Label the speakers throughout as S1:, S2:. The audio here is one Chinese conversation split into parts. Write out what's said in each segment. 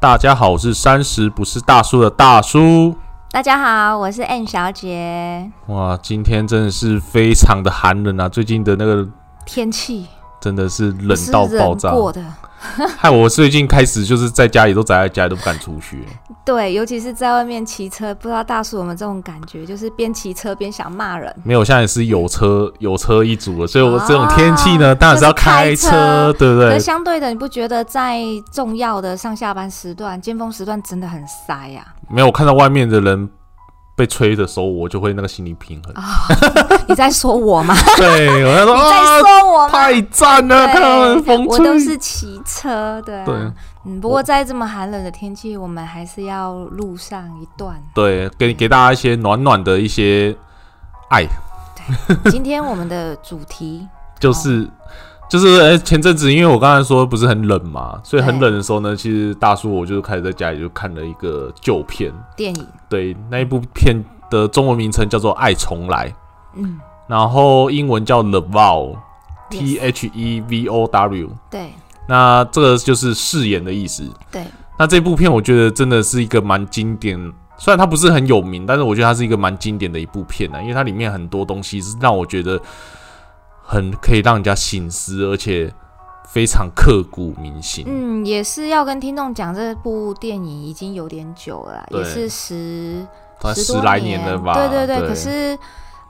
S1: 大家好，我是三十不是大叔的大叔。
S2: 大家好，我是 N 小姐。
S1: 哇，今天真的是非常的寒冷啊！最近的那个
S2: 天气
S1: 真的是冷到
S2: 是
S1: 爆炸
S2: 人， 过的，
S1: 害我最近开始就是在家里都宅在家里都不敢出去。
S2: 对，尤其是在外面骑车，不知道大叔有没有这种感觉，就是边骑车边想骂人。
S1: 没有，现在是有车有车一族了，所以我这种天气呢，
S2: 哦
S1: 当然是要开
S2: 就是开车
S1: 对不
S2: 可
S1: 对
S2: 是？相对的，你不觉得在重要的上下班时段、尖峰时段真的很塞 啊呀、
S1: 没有，我看到外面的人被吹的时候，我就会那个心理平 衡。
S2: 哦你在说我吗？
S1: 对，我就说
S2: 你在
S1: 啊，
S2: 说我吗？
S1: 太赞了，
S2: 对
S1: 看到那风
S2: 我
S1: 吹
S2: 都是骑车的、
S1: 对。
S2: 嗯，不过在这么寒冷的天气，我们还是要路上一 段。
S1: 对，给给大家一些暖暖的一些爱，
S2: 今天我们的主题
S1: 就是、
S2: 哦
S1: 就是呃前阵子因为我刚才说不是很冷嘛，所以很
S2: 对
S1: 冷的时候呢，其实大叔我就开始在家里就看了一个旧片，
S2: 电影，
S1: 对，那一部片的中文名称叫做《爱重来》，
S2: 嗯，
S1: 然后英文叫 The Vow，T
S2: yes，
S1: H E V O W，
S2: 对
S1: 那这个就是誓言的意思。
S2: 对，
S1: 那这部片我觉得真的是一个蛮经典，虽然它不是很有名，但是我觉得它是一个蛮经典的一部片啊呢、因为它里面很多东西是让我觉得很可以让人家醒思，而且非常刻骨铭心。
S2: 嗯，也是要跟听众讲，这部电影已经有点久了啦，
S1: 对
S2: 也是十
S1: 它
S2: 十
S1: 十
S2: 多
S1: 来
S2: 年
S1: 了吧？
S2: 对对
S1: 对
S2: 对，可是。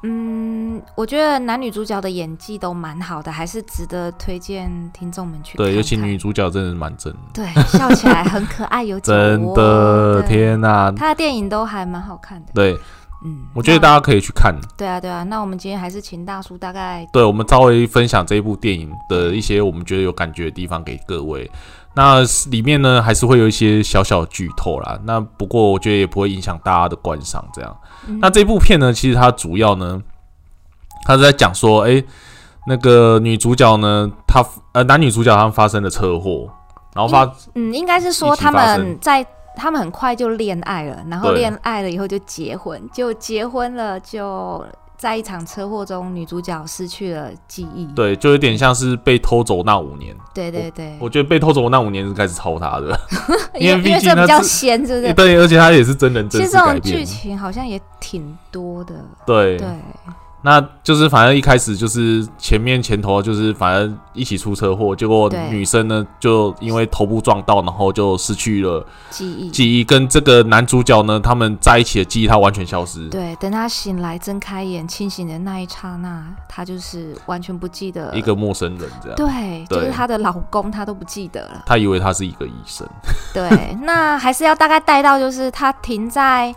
S2: 嗯，我觉得男女主角的演技都蛮好的，还是值得推荐听众们去看看。
S1: 对，尤其女主角真的是蛮真的，
S2: 对笑起来很可 爱，有酒
S1: 真
S2: 窝
S1: 的
S2: 对
S1: 天哪、
S2: 他的电影都还蛮好看的。
S1: 对，
S2: 嗯，
S1: 我觉得
S2: 那
S1: 大家可以去看。
S2: 对啊对啊，那我们今天还是请大叔大概
S1: 对，我们稍微分享这一部电影的一些我们觉得有感觉的地方给各位。那里面呢，还是会有一些小小的剧透啦。那不过我觉得也不会影响大家的观赏。这样，
S2: 嗯
S1: 那这部片呢，其实它主要呢，它是在讲说，诶，那个女主角呢，她呃男女主角他们发生了车祸，然后发、
S2: 嗯，应该是
S1: 疫
S2: 说
S1: 情
S2: 他
S1: 发
S2: 们
S1: 生
S2: 在他们很快就恋爱了，然后
S1: 对
S2: 恋爱了以后就结婚，就结婚了就在一场车祸中，女主角失去了记忆。
S1: 对，就有点像是被偷走那五年。
S2: 对对对，
S1: 我觉得被偷走那五年是开始抄她的，因为
S2: 因因为
S1: 毕竟
S2: 这
S1: 它
S2: 比较
S1: 是
S2: 仙，是不 是？
S1: 对，而且她也是真人真事
S2: 其实这
S1: 改
S2: 种剧
S1: 编。
S2: 情好像也挺多的，
S1: 对
S2: 对
S1: 那就是反正一开始就是前面前头就是反正一起出车祸，结果
S2: 对
S1: 女生呢就因为头部撞到，然后就失去了
S2: 记忆。
S1: 记忆，跟这个男主角呢他们在一起的记忆他完全消失。
S2: 对，等她醒来、睁开眼、清醒的那一刹那，她就是完全不记得
S1: 一个陌生人这样，
S2: 对，就是
S1: 对
S2: 她的老公，她都不记得了。
S1: 他以为他是一个医生，
S2: 对，那还是要大概带到，就是他停在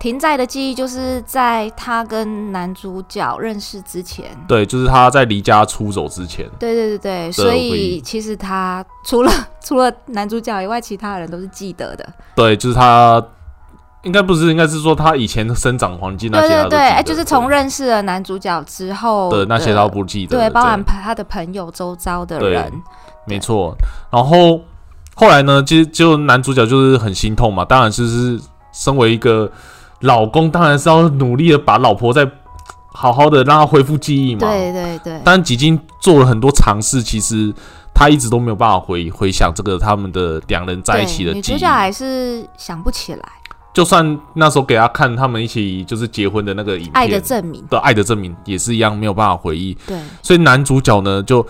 S2: 停在的记忆，就是在他跟男主角认识之前。
S1: 对，就是他在离家出走之前，
S2: 对对对对，所
S1: 我回忆
S2: 以其实他除了 除了男主角以外，其他人都是记得的。
S1: 对，就是他应该不是，应该是说他以前的生长环境那
S2: 对
S1: 些他
S2: 对
S1: 都
S2: 对，
S1: 记得
S2: 哎，就是从认识了男主角之后
S1: 对那些他
S2: 的
S1: 都不记得了，
S2: 对，包
S1: 这样
S2: 含他的朋友、周遭的
S1: 对
S2: 人，
S1: 没错。然后后来呢，其实就男主角就是很心痛嘛，当然就是身为一个老公，当然是要努力的把老婆再好好的让她恢复记忆嘛。
S2: 对对对，
S1: 但几经做了很多尝试，其实他一直都没有办法回回想这个他们的两人在一起
S2: 对
S1: 的
S2: 女
S1: 记
S2: 主
S1: 忆
S2: 角。还是想不起来
S1: 就算那时候给他看他们一起就是结婚的那个影片，
S2: 爱的证明。
S1: 的爱的证明也是一样没有办法回忆。
S2: 对，
S1: 所以男主角呢，就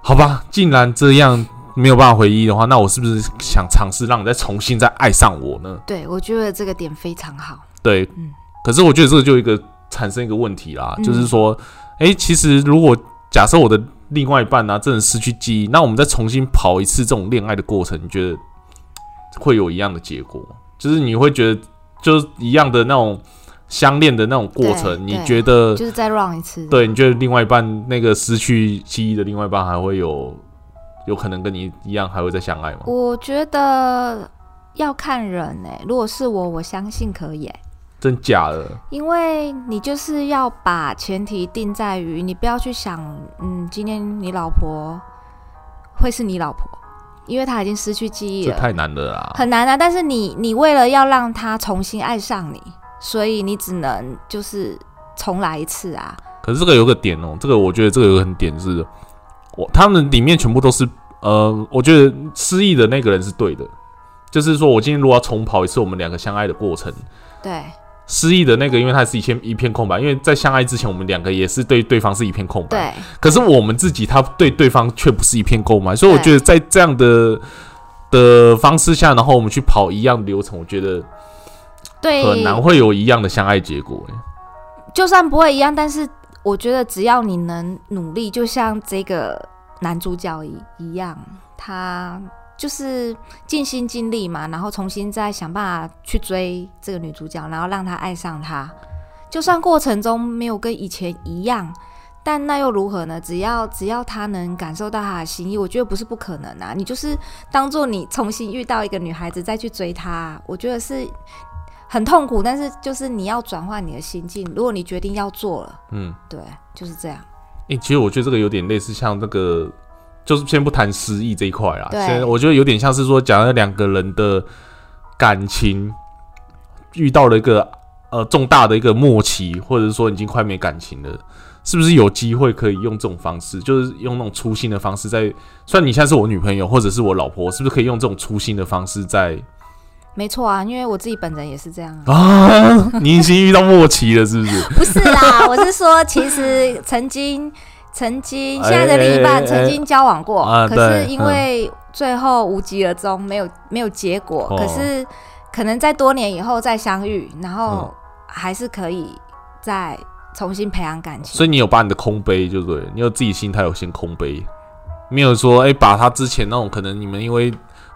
S1: 好吧，竟然这样没有办法回忆的话，那我是不是想尝试让你再重新再爱上我呢？
S2: 对我觉得这个点非常好。
S1: 对，
S2: 嗯
S1: 可是我觉得这个就有一个产生一个问题啦，
S2: 嗯
S1: 就是说，诶，其实如果假设我的另外一半呢、真的失去记忆，那我们再重新跑一次这种恋爱的过程，你觉得会有一样的结果吗？就是你会觉得就是一样的那种相恋的那种过程，
S2: 对
S1: 你
S2: 对
S1: 觉得
S2: 就是再 run 一次。
S1: 对，你觉得另外一半那个失去记忆的另外一半还会有有可能跟你一样还会再相爱吗？
S2: 我觉得要看人哎、如果是我，我相信可以、欸，
S1: 真假的？
S2: 因为你就是要把前提定在于你不要去想，嗯，今天你老婆会是你老婆，因为她已经失去记忆
S1: 这
S2: 了，
S1: 太难了啦！
S2: 啊很难啊。但是你你为了要让她重新爱上你，所以你只能就是重来一次啊。
S1: 可是这个有个点哦、这个我觉得这个有个很点是，我他们里面全部都是呃，我觉得失忆的那个人是对的，就是说我今天如果要重跑一次我们两个相爱的过程，
S2: 对
S1: 失忆的那个，因为它是一片一片空白，因为在相爱之前，我们两个也是对对方是一片空白。
S2: 对，
S1: 可是我们自己，他对对方却不是一片空白，所以我
S2: 对
S1: 觉得在这样的的方式下，然后我们去跑一样的流程，我觉得
S2: 对，
S1: 很难会有一样的相爱结果、欸
S2: 就算不会一样，但是我觉得只要你能努力，就像这个男主角一一样，他就是尽心尽力嘛，然后重新再想办法去追这个女主角，然后让她爱上他。就算过程中没有跟以前一样，但那又如何呢？只要只要他能感受到他的心意，我觉得不是不可能啊。你就是当做你重新遇到一个女孩子再去追她，我觉得是很痛苦，但是就是你要转换你的心境。如果你决定要做了，
S1: 嗯，
S2: 对，就是这样。
S1: 诶、欸其实我觉得这个有点类似像那个，就是先不谈失忆这一块啦，
S2: 对
S1: 先我觉得有点像是说，假如两个人的感情遇到了一个呃重大的一个默契，或者说已经快没感情了。是不是有机会可以用这种方式，就是用那种粗心的方式在？虽然你现在是我女朋友或者是我老婆，是不是可以用这种粗心的方式在
S2: 没错啊，因为我自己本人也是这样啊。
S1: 啊？你已经遇到默契了，是不是？
S2: 不是啦， 我是说，其实曾经曾经
S1: 哎
S2: 现在的另一
S1: 哎哎
S2: 半
S1: 哎
S2: 曾经交往过，
S1: 啊
S2: 可
S1: 对
S2: 是因为最后无疾而终，没有没有结果。
S1: 哦
S2: 可是可能在多年以后再相遇，然后
S1: 嗯
S2: 还是可以再重新培养感情。
S1: 所以你有把你的空杯，就对了，你有自己心态有先空杯，没有说哎、诶把他之前那种可能你们因为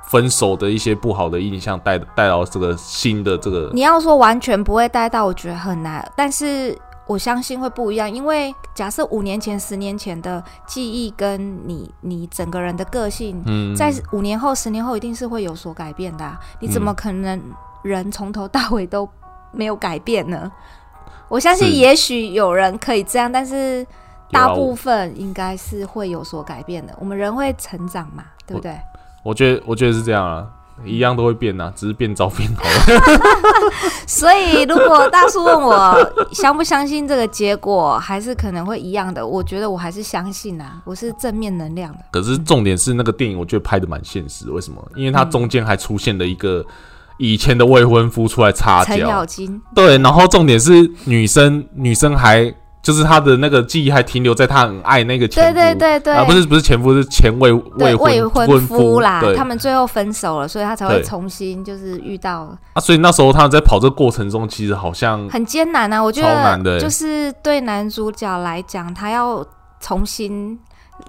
S1: 分手的一些不好的印象带带到这个新的这个
S2: 你要说完全不会带到，我觉得很难，但是我相信会不一样，因为假设五年前、十年前的记忆跟你你整个人的个性，
S1: 嗯，
S2: 在五年后、十年后一定是会有所改变的啊、你怎么可能人从头到尾都没有改变呢？我相信
S1: 是
S2: 也许有人可以这样，但是
S1: 有啊
S2: 大部分应该是会有所改变的。我们人会成长嘛，对不对？
S1: 我我觉得我觉得是这样啊，一样都会变啊，只是变糟变好 了。
S2: 所以，如果大叔问我相不相信这个结果，还是可能会一样的。我觉得我还是相信啊，我是正面能量的。
S1: 可是重点是那个电影，我觉得拍的蛮现实的，为什么？因为它中间还出现了一个以前的未婚夫出来插
S2: 程
S1: 脚
S2: 咬，金，
S1: 对，然后重点是女生女生还就是她的那个记忆还停留在她很爱那个前
S2: 对
S1: 夫。
S2: 对对对，
S1: 啊，不是不是前夫，是前未
S2: 对
S1: 未
S2: 未
S1: 婚
S2: 婚夫啦
S1: 对，
S2: 他们最后分手了，所以他才会
S1: 对
S2: 重新就是遇到，
S1: 啊，所以那时候他在跑这个过程中，其实好像
S2: 很艰难啊。我觉
S1: 超难的
S2: 得
S1: 欸
S2: 就是对男主角来讲，他要重新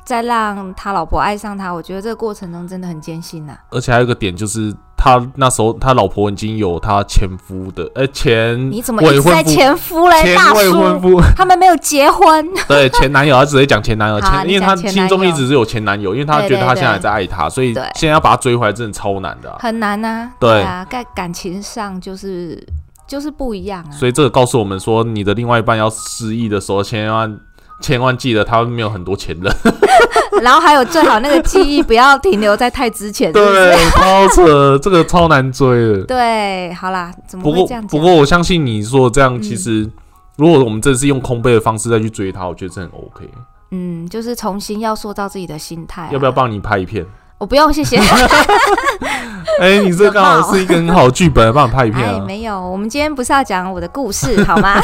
S2: 再让他老婆爱上他，我觉得这个过程中真的很艰辛啊呐、
S1: 而且还有一个点就是，他那时候他老婆已经有他前夫的，呃、前
S2: 你怎么一
S1: 未
S2: 直在
S1: 婚夫
S2: 前夫嘞，大
S1: 未婚
S2: 叔？
S1: 夫，
S2: 他们没有结婚。
S1: 对前男友，他直接讲前男友，
S2: 好啊
S1: 前
S2: 你
S1: 因为
S2: 讲
S1: 他
S2: 前
S1: 心
S2: 男
S1: 中
S2: 友
S1: 一直是有前男友，因为他
S2: 对
S1: 觉得
S2: 对
S1: 他现在还
S2: 对
S1: 在爱他，所以
S2: 对
S1: 现在要把他追回来真的超难的啊、
S2: 很难呐、
S1: 对
S2: 啊，在感情上就是就是不一样啊。
S1: 所以这个告诉我们说，你的另外一半要失忆的时候，千万千万记得他没有很多前任。
S2: 然后还有最好那个记忆不要停留在太之前，是不是？
S1: 对，超扯，这个超难追的。
S2: 对，好啦，怎么
S1: 不
S2: 会
S1: 过
S2: 这样
S1: 不
S2: 讲？
S1: 过，我相信你说这样，
S2: 嗯
S1: 其实、如果我们这次用空杯的方式再去追他，我觉得这很 OK。
S2: 嗯，就是重新要塑造自己的心态啊、
S1: 要不要帮你拍一片？
S2: 我不用，谢谢。
S1: 哎、你这刚好是一个很好的剧本，帮你拍一片
S2: 哎，
S1: 啊。
S2: 没有，我们今天不是要讲我的故事好 吗？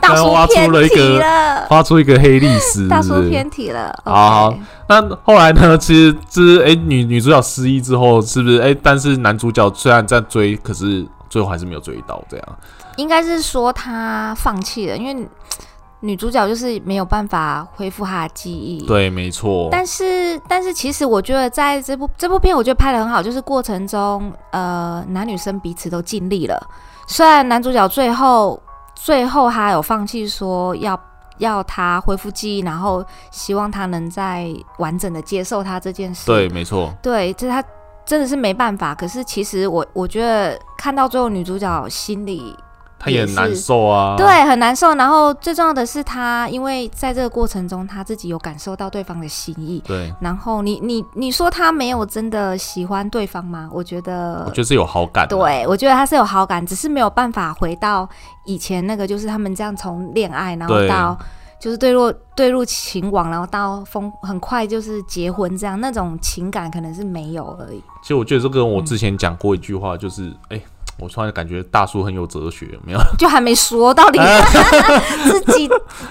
S2: 大
S1: 刚挖
S2: 叔
S1: 出
S2: 偏
S1: 了一
S2: 题
S1: 个
S2: 了，
S1: 发出一个黑历史，
S2: 大
S1: 是
S2: 叔
S1: 不是？
S2: 偏题了。
S1: 好
S2: OK
S1: 那后来呢？其实之哎、女女主角失忆之后，是不是哎、但是男主角虽然在追，可是最后还是没有追到，这样。
S2: 应该是说他放弃了，因为女主角就是没有办法恢复她的记忆。
S1: 对，没错。
S2: 但是，但是，其实我觉得在这部这部片，我觉得拍的很好，就是过程中，呃，男女生彼此都尽力了。虽然男主角最后最后他有放弃说要要他恢复记忆，然后希望他能再完整的接受他这件事。
S1: 对，没错。
S2: 对，这他真的是没办法。可是其实我我觉得看到最后，女主角心里
S1: 他也
S2: 也
S1: 很
S2: 是
S1: 难受啊。
S2: 对，很难受。然后最重要的是他，因为在这个过程中，他自己有感受到对方的心意。
S1: 对，
S2: 然后你你你说他没有真的喜欢对方吗？我觉
S1: 我
S2: 得，
S1: 觉得是有好感啊的。
S2: 对我觉得他是有好感，只是没有办法回到以前那个，就是他们这样从恋爱然后
S1: 对
S2: 到就是坠落坠入情网，然后到疯很快就是结婚这样，那种情感可能是没有而已。
S1: 其实我觉得这跟我之前讲过一句话，就是哎、我突然感觉大叔很有哲学，有没有？
S2: 就还没说到底自己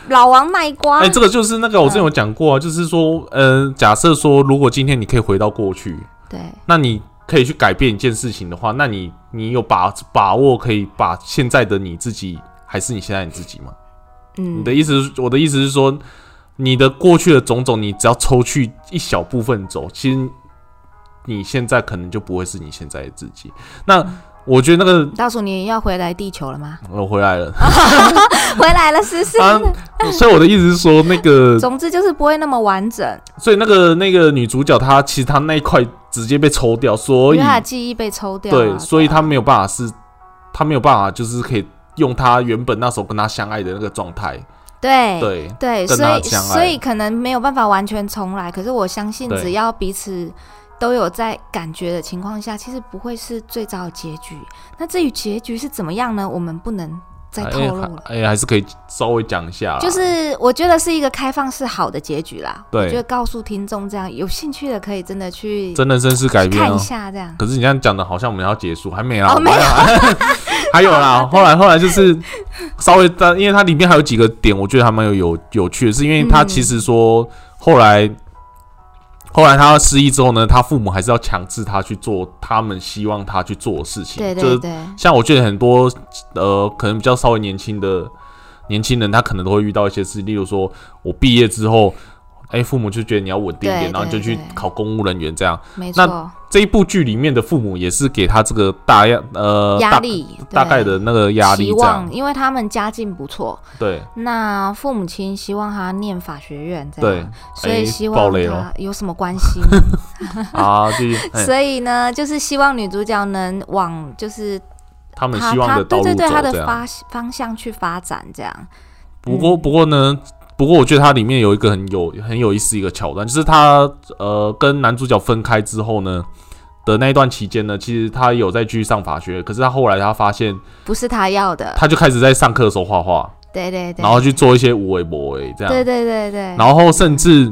S2: 老王卖瓜。
S1: 哎、这个就是那个我之前有讲过啊，就是说，呃，假设说，如果今天你可以回到过去，
S2: 对，
S1: 那你可以去改变一件事情的话，那你你有把把握可以把现在的你自己，还是你现在你自己吗？你
S2: 嗯，
S1: 的意思是，我的意思是说，你的过去的种种，你只要抽去一小部分走，其实你现在可能就不会是你现在的自己。那我觉得那个
S2: 大叔你要回来地球 了吗？
S1: 我回来了
S2: 回来了，是是。
S1: 啊，所以我的意思是说，那 个
S2: 总之就是不会那么完整，
S1: 所以那个那个女主角她其实她那一块直接被抽掉，所
S2: 因
S1: 以
S2: 为他的记忆被抽掉了。
S1: 对，所以
S2: 对啊
S1: 她没有办法是，她没有办法就是可以用她原本那时候跟她相爱的那个状态，
S2: 对
S1: 对
S2: 对，
S1: 跟
S2: 所
S1: 他
S2: 以
S1: 相爱
S2: 所以可能没有办法完全重来，可是我相信，
S1: 对
S2: 只要彼此都有在感觉的情况下，其实不会是最早的结局。那至于结局是怎么样呢？我们不能再
S1: 哎
S2: 透露了。
S1: 还哎啊还是可以稍微讲一下啦，
S2: 就是我觉得是一个开放式好的结局啦，
S1: 对
S2: 我觉得告诉听众这样，有兴趣的可以真的去
S1: 真人真事改编
S2: 看
S1: 哦
S2: 一。下这样。
S1: 可是你这样讲的，好像我们要结束，还没啦，
S2: 哦没有
S1: 还有， 还有啦。后来后来就是稍微，但因为它里面还有几个点，我觉得还蛮有有有趣的，是因为他
S2: 嗯
S1: 其实说后来。后来他失忆之后呢，他父母还是要强制他去做他们希望他去做的事情，
S2: 对
S1: 就是
S2: 对对，
S1: 像我觉得很多呃，可能比较稍微年轻的年轻人，他可能都会遇到一些事，例如说我毕业之后，哎、父母就觉得你要稳定一点，
S2: 对
S1: 然后你就
S2: 对
S1: 去
S2: 对
S1: 考公务人员这样。
S2: 没错，
S1: 这一部剧里面的父母也是给他这个大压呃
S2: 压
S1: 大
S2: 力
S1: 大概的那个压力
S2: 期
S1: 这样
S2: 望，，因为他们家境不错，
S1: 对
S2: 那父母亲希望他念法学院，这
S1: 对
S2: 样，所以希
S1: 哎爆
S2: 望
S1: 雷
S2: 他
S1: 咯
S2: 有什么关系 呢？
S1: 啊，就是哎
S2: 所以呢，就是希望女主角能往就是
S1: 他们嗯
S2: 她
S1: 希望
S2: 她
S1: 的道
S2: 对
S1: 路
S2: 对
S1: 走
S2: 对她的
S1: 这样。
S2: 发方向去发展，这样
S1: 不过不过呢，不过我觉得它里面有一个很有很有意思一个桥段，就是他呃跟男主角分开之后呢。的那一段期间呢，其实他有在继续上法学，可是他后来他发现，
S2: 不是她要的，
S1: 他就开始在上课的时候画画，
S2: 对对对，
S1: 然后去做一些无为博为这样。
S2: 对对对对，
S1: 然后甚至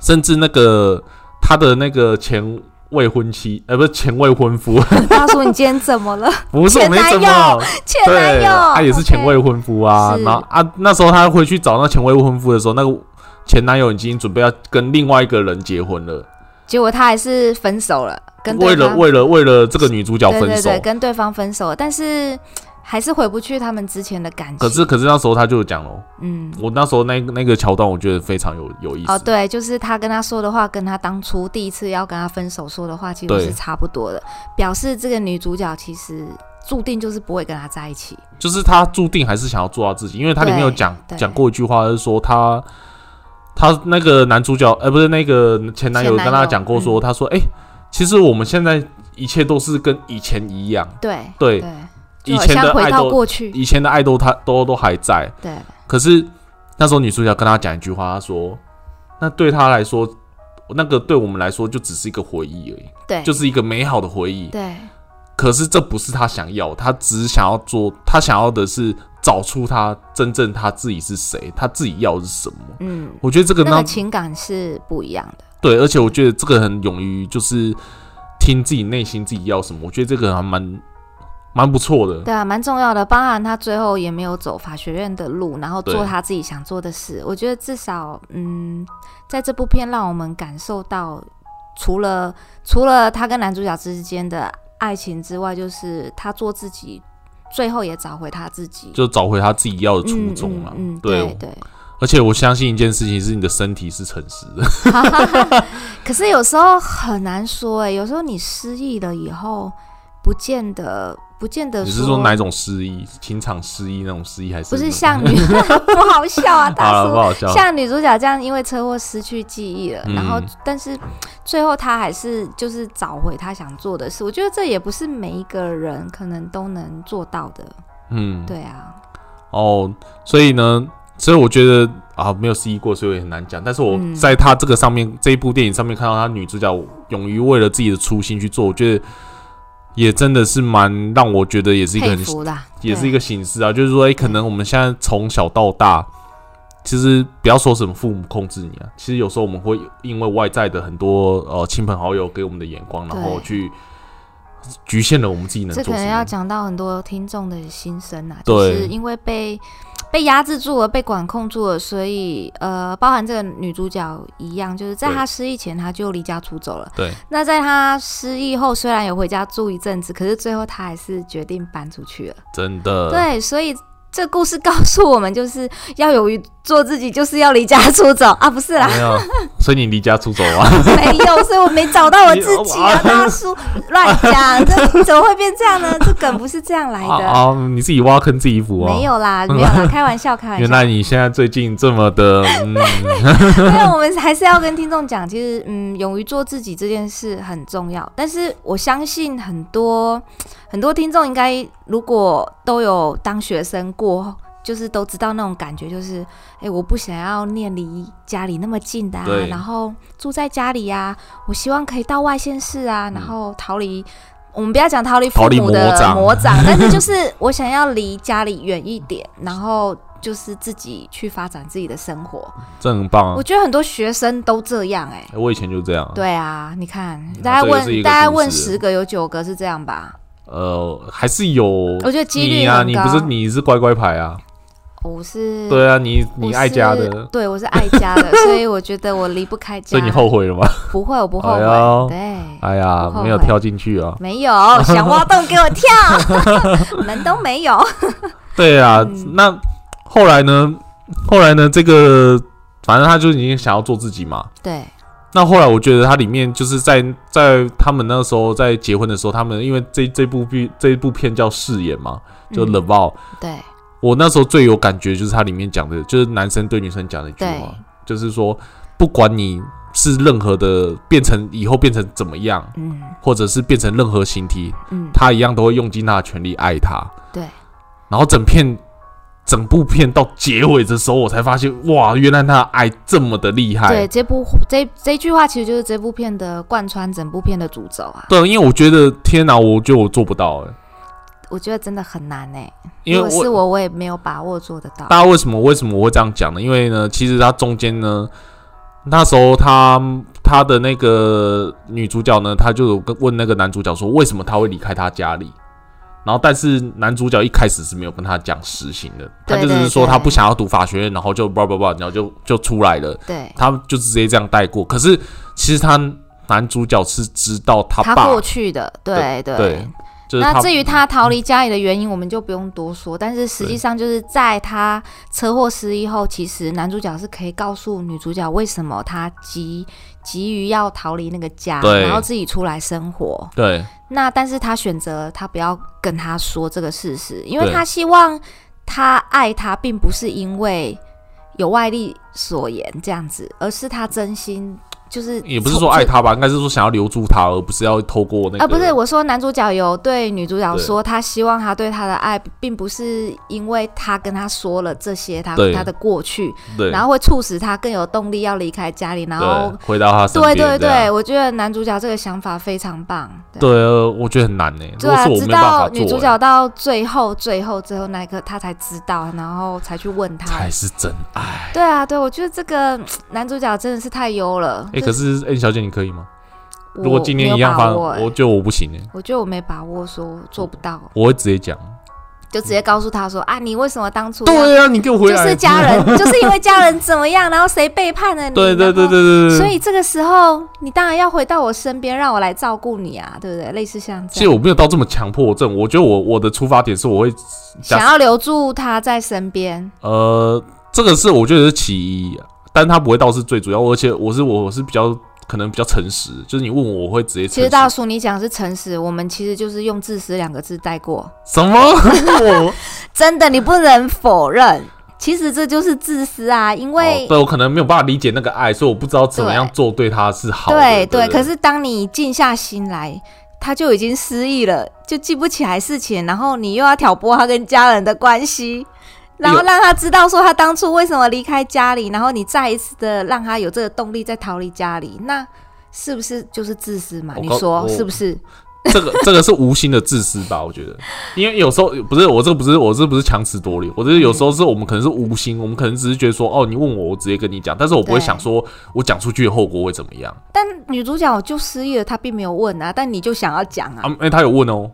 S1: 甚至那个他的那个前未婚妻，呃，不是前未婚夫，
S2: 大叔，你今天怎么了？
S1: 不是我
S2: 前
S1: 没
S2: 男
S1: 怎
S2: 友
S1: 么，
S2: 前男
S1: 对，
S2: 友，
S1: 他也是前
S2: OK
S1: 未婚夫啊。
S2: 是
S1: 然后啊，那时候他回去找那前未婚夫的时候，那个前男友已经准备要跟另外一个人结婚了，
S2: 结果他还是分手了，跟对
S1: 为了
S2: 方
S1: 为了为了这个女主角
S2: 对
S1: 分
S2: 对
S1: 手。
S2: 对，跟对方分手了，但是还是回不去他们之前的感情。
S1: 可是可是那时候他就讲了，
S2: 嗯，
S1: 我那时候那那个桥段我觉得非常有有意思。
S2: 哦，对，就是他跟他说的话，跟他当初第一次要跟他分手说的话，其实
S1: 对
S2: 是差不多的，表示这个女主角其实注定就是不会跟他在一起。
S1: 就是他注定还是想要做他自己，因为他里面有讲
S2: 对对
S1: 讲过一句话，就是说他他那个男主角，呃，不是那个前男友
S2: 前男友
S1: 跟他讲过说，
S2: 嗯
S1: 他说，哎、其实我们现在一切都是跟以前一样，
S2: 对
S1: 对，
S2: 对，
S1: 以
S2: 就好
S1: 前的
S2: 像回
S1: 爱
S2: 到
S1: 豆，
S2: 过去。
S1: 以前的爱豆他都都还在，
S2: 对
S1: 可是那时候女主角跟他讲一句话，她说，那对他来说，那个对我们来说就只是一个回忆而已，
S2: 对，
S1: 就是一个美好的回忆，
S2: 对
S1: 可是这不是他想要，他只想要做，他想要的是找出他真正他自己是谁，他自己要的是什么。
S2: 嗯，
S1: 我觉得这个
S2: 那
S1: 呢
S2: 个，情感是不一样的。
S1: 对，而且我觉得这个很勇于就是听自己内心自己要什么，我觉得这个还蛮蛮不错的。
S2: 对啊，蛮重要的。包含他最后也没有走法学院的路，然后做
S1: 对
S2: 他自己想做的事。我觉得至少，嗯，在这部片让我们感受到，除了除了他跟男主角之间的爱情之外，就是他做自己，最后也找回他自己
S1: 就找回他自己要的初衷了、
S2: 嗯嗯嗯
S1: 对，
S2: 对对。
S1: 而且我相信一件事情是，你的身体是诚实的。
S2: 可是有时候很难说、欸，有时候你失忆了以后，不见得不见得
S1: 你是说哪一种失忆？情场失忆那种失忆，还是
S2: 不
S1: 那
S2: 是
S1: 种
S2: 像女， 不好笑
S1: 啊
S2: 啊，
S1: 好
S2: 大
S1: 了，
S2: 叔
S1: 不。好笑。
S2: 像女主角这样，因为车祸失去记忆了，
S1: 嗯
S2: 然后但是最后她还是就是找回她想做的事。我觉得这也不是每一个人可能都能做到的。
S1: 嗯，
S2: 对啊，
S1: 哦，所以呢，所以我觉得啊，没有失忆过，所以我也很难讲。但是我
S2: 嗯
S1: 在他这个上面、这一部电影上面看到他女主角勇于为了自己的初心去做，我觉得也真的是蛮让我觉得也是一个
S2: 佩
S1: 很
S2: 服啦，
S1: 也是一
S2: 个
S1: 个形式啊，就是说，哎、可能我们现在从小到大其实不要说什么父母控制你啊，其实有时候我们会因为外在的很多呃亲朋好友给我们的眼光，然后
S2: 对
S1: 去局限了我们自己能
S2: 这
S1: 做
S2: 可能
S1: 什
S2: 要
S1: 么。
S2: 讲到很多听众的心声啊，就
S1: 对
S2: 是因为被被压制住了，被管控住了，所以呃，包含这个女主角一样，就是在
S1: 对
S2: 她失忆前，她就离家出走了。
S1: 对，
S2: 那在她失忆后，虽然有回家住一阵子，可是最后她还是决定搬出去了。
S1: 真的，
S2: 对，所以。这故事告诉我们，就是要勇于做自己，就是要离家出走啊！不 是啦，
S1: 没有，所以你离家出走 啊？
S2: 没有，所以我没找到我自己啊，
S1: 你
S2: 大叔乱讲，这怎么会变这样呢？这梗不是这样 来
S1: 啊
S2: 的。
S1: 啊！你自己挖坑自己补啊？
S2: 没有啦，没有啦，开玩笑，开玩
S1: 原
S2: 笑。
S1: 来你现在最近这么的， 嗯，
S2: 因啊为我们还是要跟听众讲，其实嗯，勇于做自己这件事很重要。但是我相信很多很多听众应该如果都有当学生过。就是都知道那种感觉，就是哎、诶我不想要念离家里那么近的啊
S1: 对，
S2: 然后住在家里啊，我希望可以到外县市啊，
S1: 嗯
S2: 然后逃离。我们不要讲逃离父
S1: 逃离
S2: 母的
S1: 魔掌
S2: 魔 掌，但是就是我想要离家里远一点，然后就是自己去发展自己的生活。
S1: 这很棒
S2: 我
S1: 啊！
S2: 觉得很多学生都这样哎、
S1: 我以前就这样啊，
S2: 对啊，你看，
S1: 嗯
S2: 大
S1: 这
S2: 家
S1: 个是一
S2: 问
S1: 个
S2: 大家
S1: 故
S2: 问
S1: 事
S2: 十个有九个是这样吧？
S1: 呃，还是有
S2: 我觉得几
S1: 你
S2: 率
S1: 啊，
S2: 很
S1: 你
S2: 高。
S1: 不是你是乖乖牌啊？
S2: 我是
S1: 对啊，你你
S2: 我
S1: 爱家
S2: 是
S1: 的，
S2: 对我是爱家 的，所以我觉得我离不开家。
S1: 所以你后悔了 吗？
S2: 不会，我不后
S1: 哎
S2: 悔。
S1: 呦
S2: 对，
S1: 哎呀
S2: 不后，悔嗯
S1: 没有跳进去啊！
S2: 没有想挖洞给我跳， 门都没有。
S1: 对啊，
S2: 嗯
S1: 那后来呢？后来呢？这个反正他就已经想要做自己嘛。
S2: 对，
S1: 那后来我觉得它里面就是在在他们那时候在结婚的时候，他们因为这这部剧这一部片叫《誓言》嘛，就《
S2: 嗯
S1: The Vow》
S2: 对
S1: 我那时候最有感觉就是它里面讲的，就是男生对女生讲的一句
S2: 对
S1: 话，就是说不管你是任何的变成以后变成怎么样，
S2: 嗯
S1: 或者是变成任何形体，
S2: 嗯，
S1: 他一样都会用尽他的全力爱她。
S2: 对。
S1: 然后整片整部片到结尾的时候，我才发现哇，原来他的爱这么的厉害。
S2: 对，这部这这句话其实就是这部片的贯穿整部片的主轴啊，
S1: 对，因为我觉得天哪，我觉得我做不到哎、
S2: 我觉得真的很难哎、
S1: 因为
S2: 如果是
S1: 我
S2: 我，我也没有把握做得到。
S1: 大家为什么为什么我会这样讲呢？因为呢，其实他中间呢，那时候他他的那个女主角呢，她就有跟问那个男主角说，为什么他会离开他家里？然后，但是男主角一开始是没有跟他讲实情的，他
S2: 对
S1: 就只是
S2: 对
S1: 说
S2: 对
S1: 他不想要读法学院，然后就叭叭叭，然后就就出来了，
S2: 对，
S1: 他就直接这样带过。可是其实他男主角是知道他
S2: 他
S1: 爸
S2: 过去的，对对。
S1: 对，就是
S2: 那
S1: 他嗯
S2: 至于他逃离家里的原因，我们就不用多说。但是实际上，就是在他车祸失忆后，其实男主角是可以告诉女主角为什么他急急于要逃离那个家，
S1: 对
S2: 然后自己出来生活。
S1: 对
S2: 那但是他选择他不要跟他说这个事实，因为
S1: 对
S2: 他希望他爱他，并不是因为有外力所言这样子，而是他真心就是
S1: 也不是说爱他吧，应该是说想要留住他，而不是要透过那个。
S2: 啊，不是，我说男主角有对女主角说，他希望他对她的爱，并不是因为他跟他说了这些，他
S1: 对
S2: 他的过去，
S1: 对，
S2: 然后会促使他更有动力要离开家里，然后
S1: 对回到他身
S2: 对
S1: 边。
S2: 对
S1: 这样
S2: 对，我觉得男主角这个想法非常棒。对
S1: 对，呃我觉得很难呢。如
S2: 对
S1: 果
S2: 啊，
S1: 是我
S2: 直
S1: 没有办法
S2: 到
S1: 做，哎
S2: 女主角到最后、最后、最后那一刻，她才知道，然后才去问他。
S1: 才是真爱。
S2: 对啊，对，我觉得这个男主角真的是太优了。
S1: 哎，
S2: 就
S1: 可是 N 小姐，你可以吗？
S2: 我
S1: 如果今天一样
S2: 没
S1: 发
S2: 有
S1: 生，
S2: 把握欸
S1: 我觉得我不行哎，
S2: 我觉得我没把握，说做不到，
S1: 我会直接讲。
S2: 就直接告诉他说啊，你为什么当初要
S1: 嗯对啊，你给我回
S2: 就
S1: 来。
S2: 是 家人，就是因为家人怎么样，然后谁背叛了你，
S1: 对对对对
S2: 然后。
S1: 对对。
S2: 所以这个时候，你当然要回到我身边，让我来照顾你啊，对不对？类似像
S1: 其
S2: 这
S1: 实
S2: 样，
S1: 我没有到这么强迫症，我觉得我我的出发点是我会假
S2: 想要留住他在身边，
S1: 呃，这个是我觉得是其一，但它不会到是最主要，而且我是我是比较可能比较诚实，就是你问我，我会直接诚
S2: 其
S1: 实。
S2: 实大叔，你讲是诚实，我们其实就是用“自私”两个字带过。
S1: 什么？我
S2: 真的，你不能否认，其实这就是自私啊，因
S1: 哦
S2: 为、
S1: 对我可能没有办法理解那个爱，所以我不知道怎么样做对他是好的。
S2: 对
S1: 对
S2: 对
S1: 不
S2: 可是当你静下心来，他就已经失忆了，就记不起来事情，然后你又要挑拨他跟家人的关系。然后
S1: 有
S2: 让他知道说他当初为什么离开家里，然后你再一次的让他有这个动力再逃离家里，那是不是就是自私嘛？
S1: 我
S2: 你
S1: 告
S2: 说
S1: 我
S2: 是不是？
S1: 这个这个是无心的自私吧？我觉得，因为有时候不是我这个不是我这不是强词夺理，我这有时候是我们可能是无心，我们可能只是觉得说哦，你问我，我直接跟你讲，但是我不会
S2: 对
S1: 想说我讲出去的后果会怎么样
S2: 但女主角就失忆了，她并没有问啊，但你就想要讲
S1: 啊？
S2: 啊，
S1: 因为他有问哦，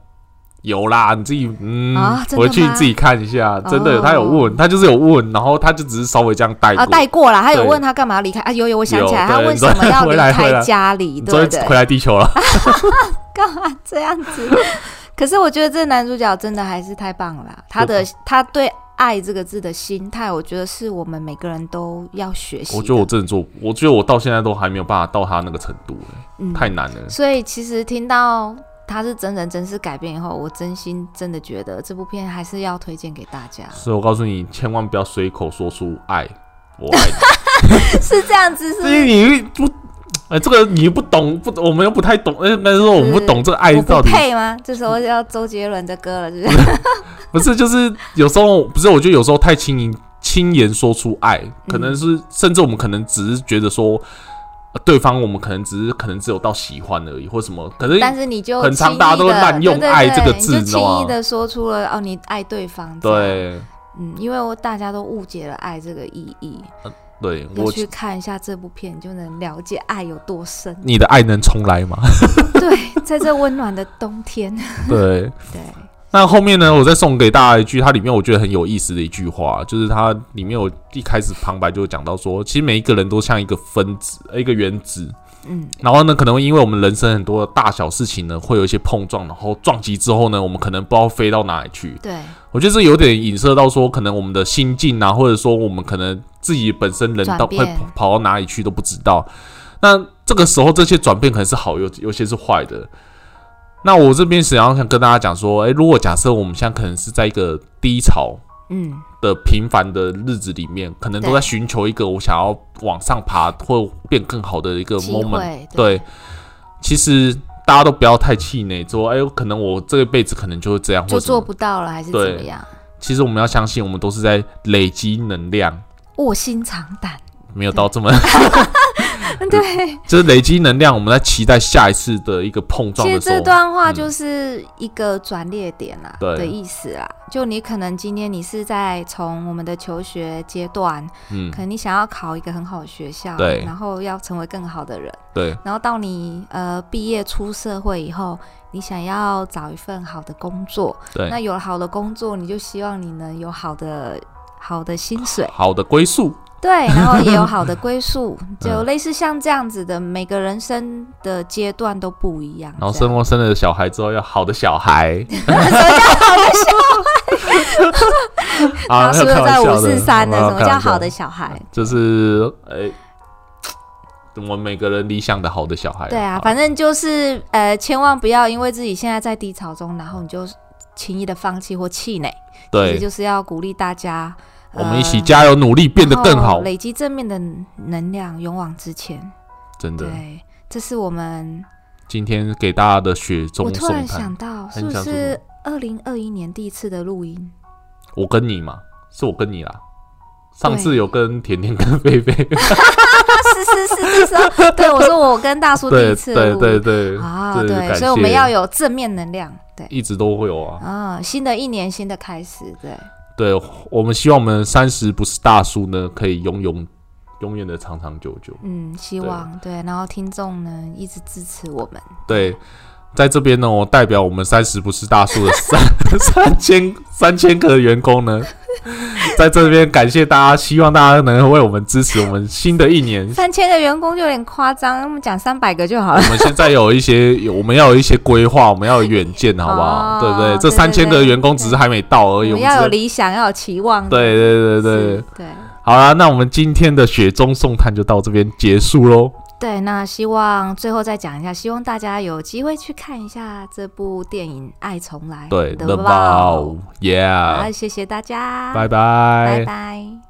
S1: 有啦，你自己嗯，
S2: 啊真的
S1: 回去
S2: 吗
S1: 自己看一下，真的
S2: 哦
S1: 他有问，他就是有问，然后他就只是稍微这样带过
S2: 啊，，带过了，她有
S1: 对
S2: 问她干嘛要离开啊？有有，我想起来，
S1: 有
S2: 她
S1: 对
S2: 问
S1: 你
S2: 什
S1: 说
S2: 么要
S1: 回
S2: 离
S1: 来回来
S2: 开家里，
S1: 你
S2: 对
S1: 终于
S2: 不对？
S1: 回来地球了，
S2: 干嘛这样子？ 可是我觉得这男主角真的还是太棒了啦，他的他对“爱”这个字的心态，我觉得是我们每个人都要学习的。
S1: 我觉得我真的做，我觉得我到现在都还没有办法到他那个程度、欸
S2: 嗯
S1: 太难了。，
S2: 所以其实听到他是真人真事改编以后，我真心真的觉得这部片还是要推荐给大家
S1: 所以我告诉你，千万不要随口说出爱，我爱你。
S2: 是 这样子，是不
S1: 至
S2: 是
S1: 于你不，哎、这个你不懂，不，我们又不太懂，哎、但是说我们不懂这个爱
S2: 我
S1: 哎到
S2: 不
S1: 底
S2: 配吗？这时候要周杰伦的歌了，是不是？
S1: 不是，就是有时候不是，我觉得有时候太轻盈轻言说出爱，
S2: 嗯
S1: 可能是、甚至我们可能只是觉得说、呃对方，我们可能只是可能只有到喜欢而已，或什么，可能
S2: 但是 你就
S1: 很常
S2: 轻易
S1: 大家都
S2: 地
S1: 滥用
S2: 对对
S1: 爱
S2: 对
S1: 这个字
S2: 你
S1: 你
S2: 就
S1: 知道吗
S2: 轻易的说出了哦，你爱对方，这样
S1: 对
S2: 嗯，因为我大家都误解了爱这个意义，
S1: 对，
S2: 有
S1: 我
S2: 去看一下这部片，就能了解爱有多
S1: 。
S2: 深
S1: 你的爱能重来吗？
S2: 对，在这温暖的冬天，
S1: 对。
S2: 对，
S1: 那后面呢？我再送给大家一句，它里面我觉得很有意思的一句话，就是它里面有一开始旁白就讲到说，其实每一个人都像一个分子，呃一个原子。
S2: 嗯，
S1: 然后呢，可能会因为我们人生很多的大小事情呢，会有一些碰撞，然后撞击之后呢，我们可能不知道飞到哪里去。
S2: 对，
S1: 我觉得这有点影射到说，可能我们的心境啊，或者说我们可能自己本身人到
S2: 转
S1: 会
S2: 变
S1: 跑跑到哪里去都不知道。那这个时候这些转变可能是好，有有些是坏的。那我这边想要想跟大家讲说，诶、如果假设我们现在可能是在一个低潮
S2: 嗯，
S1: 的平凡的日子里面，可能都
S2: 对
S1: 在寻求一个我想要往上爬或变更好的一个
S2: 机
S1: moment。
S2: 会，
S1: 对，其实大家都不要太气馁，说哎呦，可能我这辈子可能就会这样，
S2: 就
S1: 或者
S2: 做不到了，还是怎
S1: 对
S2: 么样？
S1: 其实我们要相信，我们都是在累积能量，
S2: 卧薪尝胆，
S1: 没有到这 么，
S2: 对。
S1: 就是累积能量，我们在期待下一次的一个碰撞
S2: 其实
S1: 的时
S2: 这
S1: 候。
S2: 段话
S1: 嗯
S2: 就是一个转捩点啦、
S1: 对
S2: 的意思啦。就你可能今天你是在从我们的求学阶段，
S1: 嗯
S2: 可，能你想要考一个很好的学校，
S1: 对
S2: 然后要成为更好的人。
S1: 对
S2: 然后到你呃毕业出社会以后，你想要找一份好的工作，那
S1: 对，，
S2: 有了好的工作，你就希望你能有好的好的薪水
S1: 好的归宿，
S2: 对，然后也有好的归 宿，
S1: 嗯
S2: 就类似像这样子的，每个人生的阶段都不一样。
S1: 然后
S2: 这样
S1: 生活生了小孩之后要好的小 孩，好
S2: 然
S1: 的
S2: 后
S1: 小
S2: 是不
S1: 孩，
S2: 是
S1: 啊，没有开玩
S2: 在
S1: 笑
S2: 五四三
S1: 的哎
S2: 呢？
S1: 没有
S2: 什么
S1: 开
S2: 叫
S1: 玩笑
S2: 好的小孩？
S1: 就是哎，我们每个人理想的好的小孩，
S2: 对啊，
S1: 好
S2: 反正就是呃，千万不要因为自己现在在低潮中，然后你就轻易的放弃或气馁。其实
S1: 对，
S2: 就是要鼓励大家，
S1: 我们一起
S2: 呃
S1: 加油努力，变得更
S2: 然后
S1: 好，
S2: 累积正面的能量，勇往直前。
S1: 真的。
S2: 对，这是我们。
S1: 今天给大家的雪
S2: 我
S1: 中
S2: 突
S1: 送
S2: 然
S1: 炭
S2: 想，到，
S1: 很
S2: 是不
S1: 想说
S2: 是二零二一年第一次的录音？
S1: 我跟你嘛，是我跟你啦。上次
S2: 对
S1: 有跟甜甜跟菲菲，
S2: 啊，是是是，这时候对我说，我跟大哦叔 第
S1: 对
S2: 一次的
S1: 对
S2: 录
S1: 对
S2: 音
S1: 对，
S2: 啊，
S1: 这是
S2: 对，
S1: 感
S2: 所以我们
S1: 谢
S2: 要有正面能量，对。
S1: 一直都会有啊。
S2: 啊，新的一年，新的开始，对，
S1: 对，我们希望我们三十不是大叔呢，可以永永永远的长长久久。
S2: 嗯，希
S1: 对
S2: 望对，然后听众呢一直支持我们，
S1: 对，在这边呢，我代表我们三十不是大叔的三 三千三千个员工呢，在这边感谢大家，希望大家能为我们支持我们新的一年。
S2: 三千个员工就有点夸张，我们讲三百个就好了
S1: 我。们现在有一些，有我们要有一些规划，我们要有远见，好不好？
S2: 哦
S1: 对不对？这
S2: 对对
S1: 三千个
S2: 对
S1: 员工只是还没到
S2: 我
S1: 而已，我
S2: 们
S1: 们
S2: 要有
S1: 只是
S2: 理想，要有期望。
S1: 对对对对
S2: 是，对
S1: 好啦，那我们今天的雪中送炭就到这边结束喽。
S2: 对。那希望最后再讲一下，希望大家有机会去看一下这部电影《爱重来》
S1: 对
S2: 的
S1: ，The Vow，Yeah，
S2: 好，谢谢大家，
S1: 拜拜。
S2: 拜拜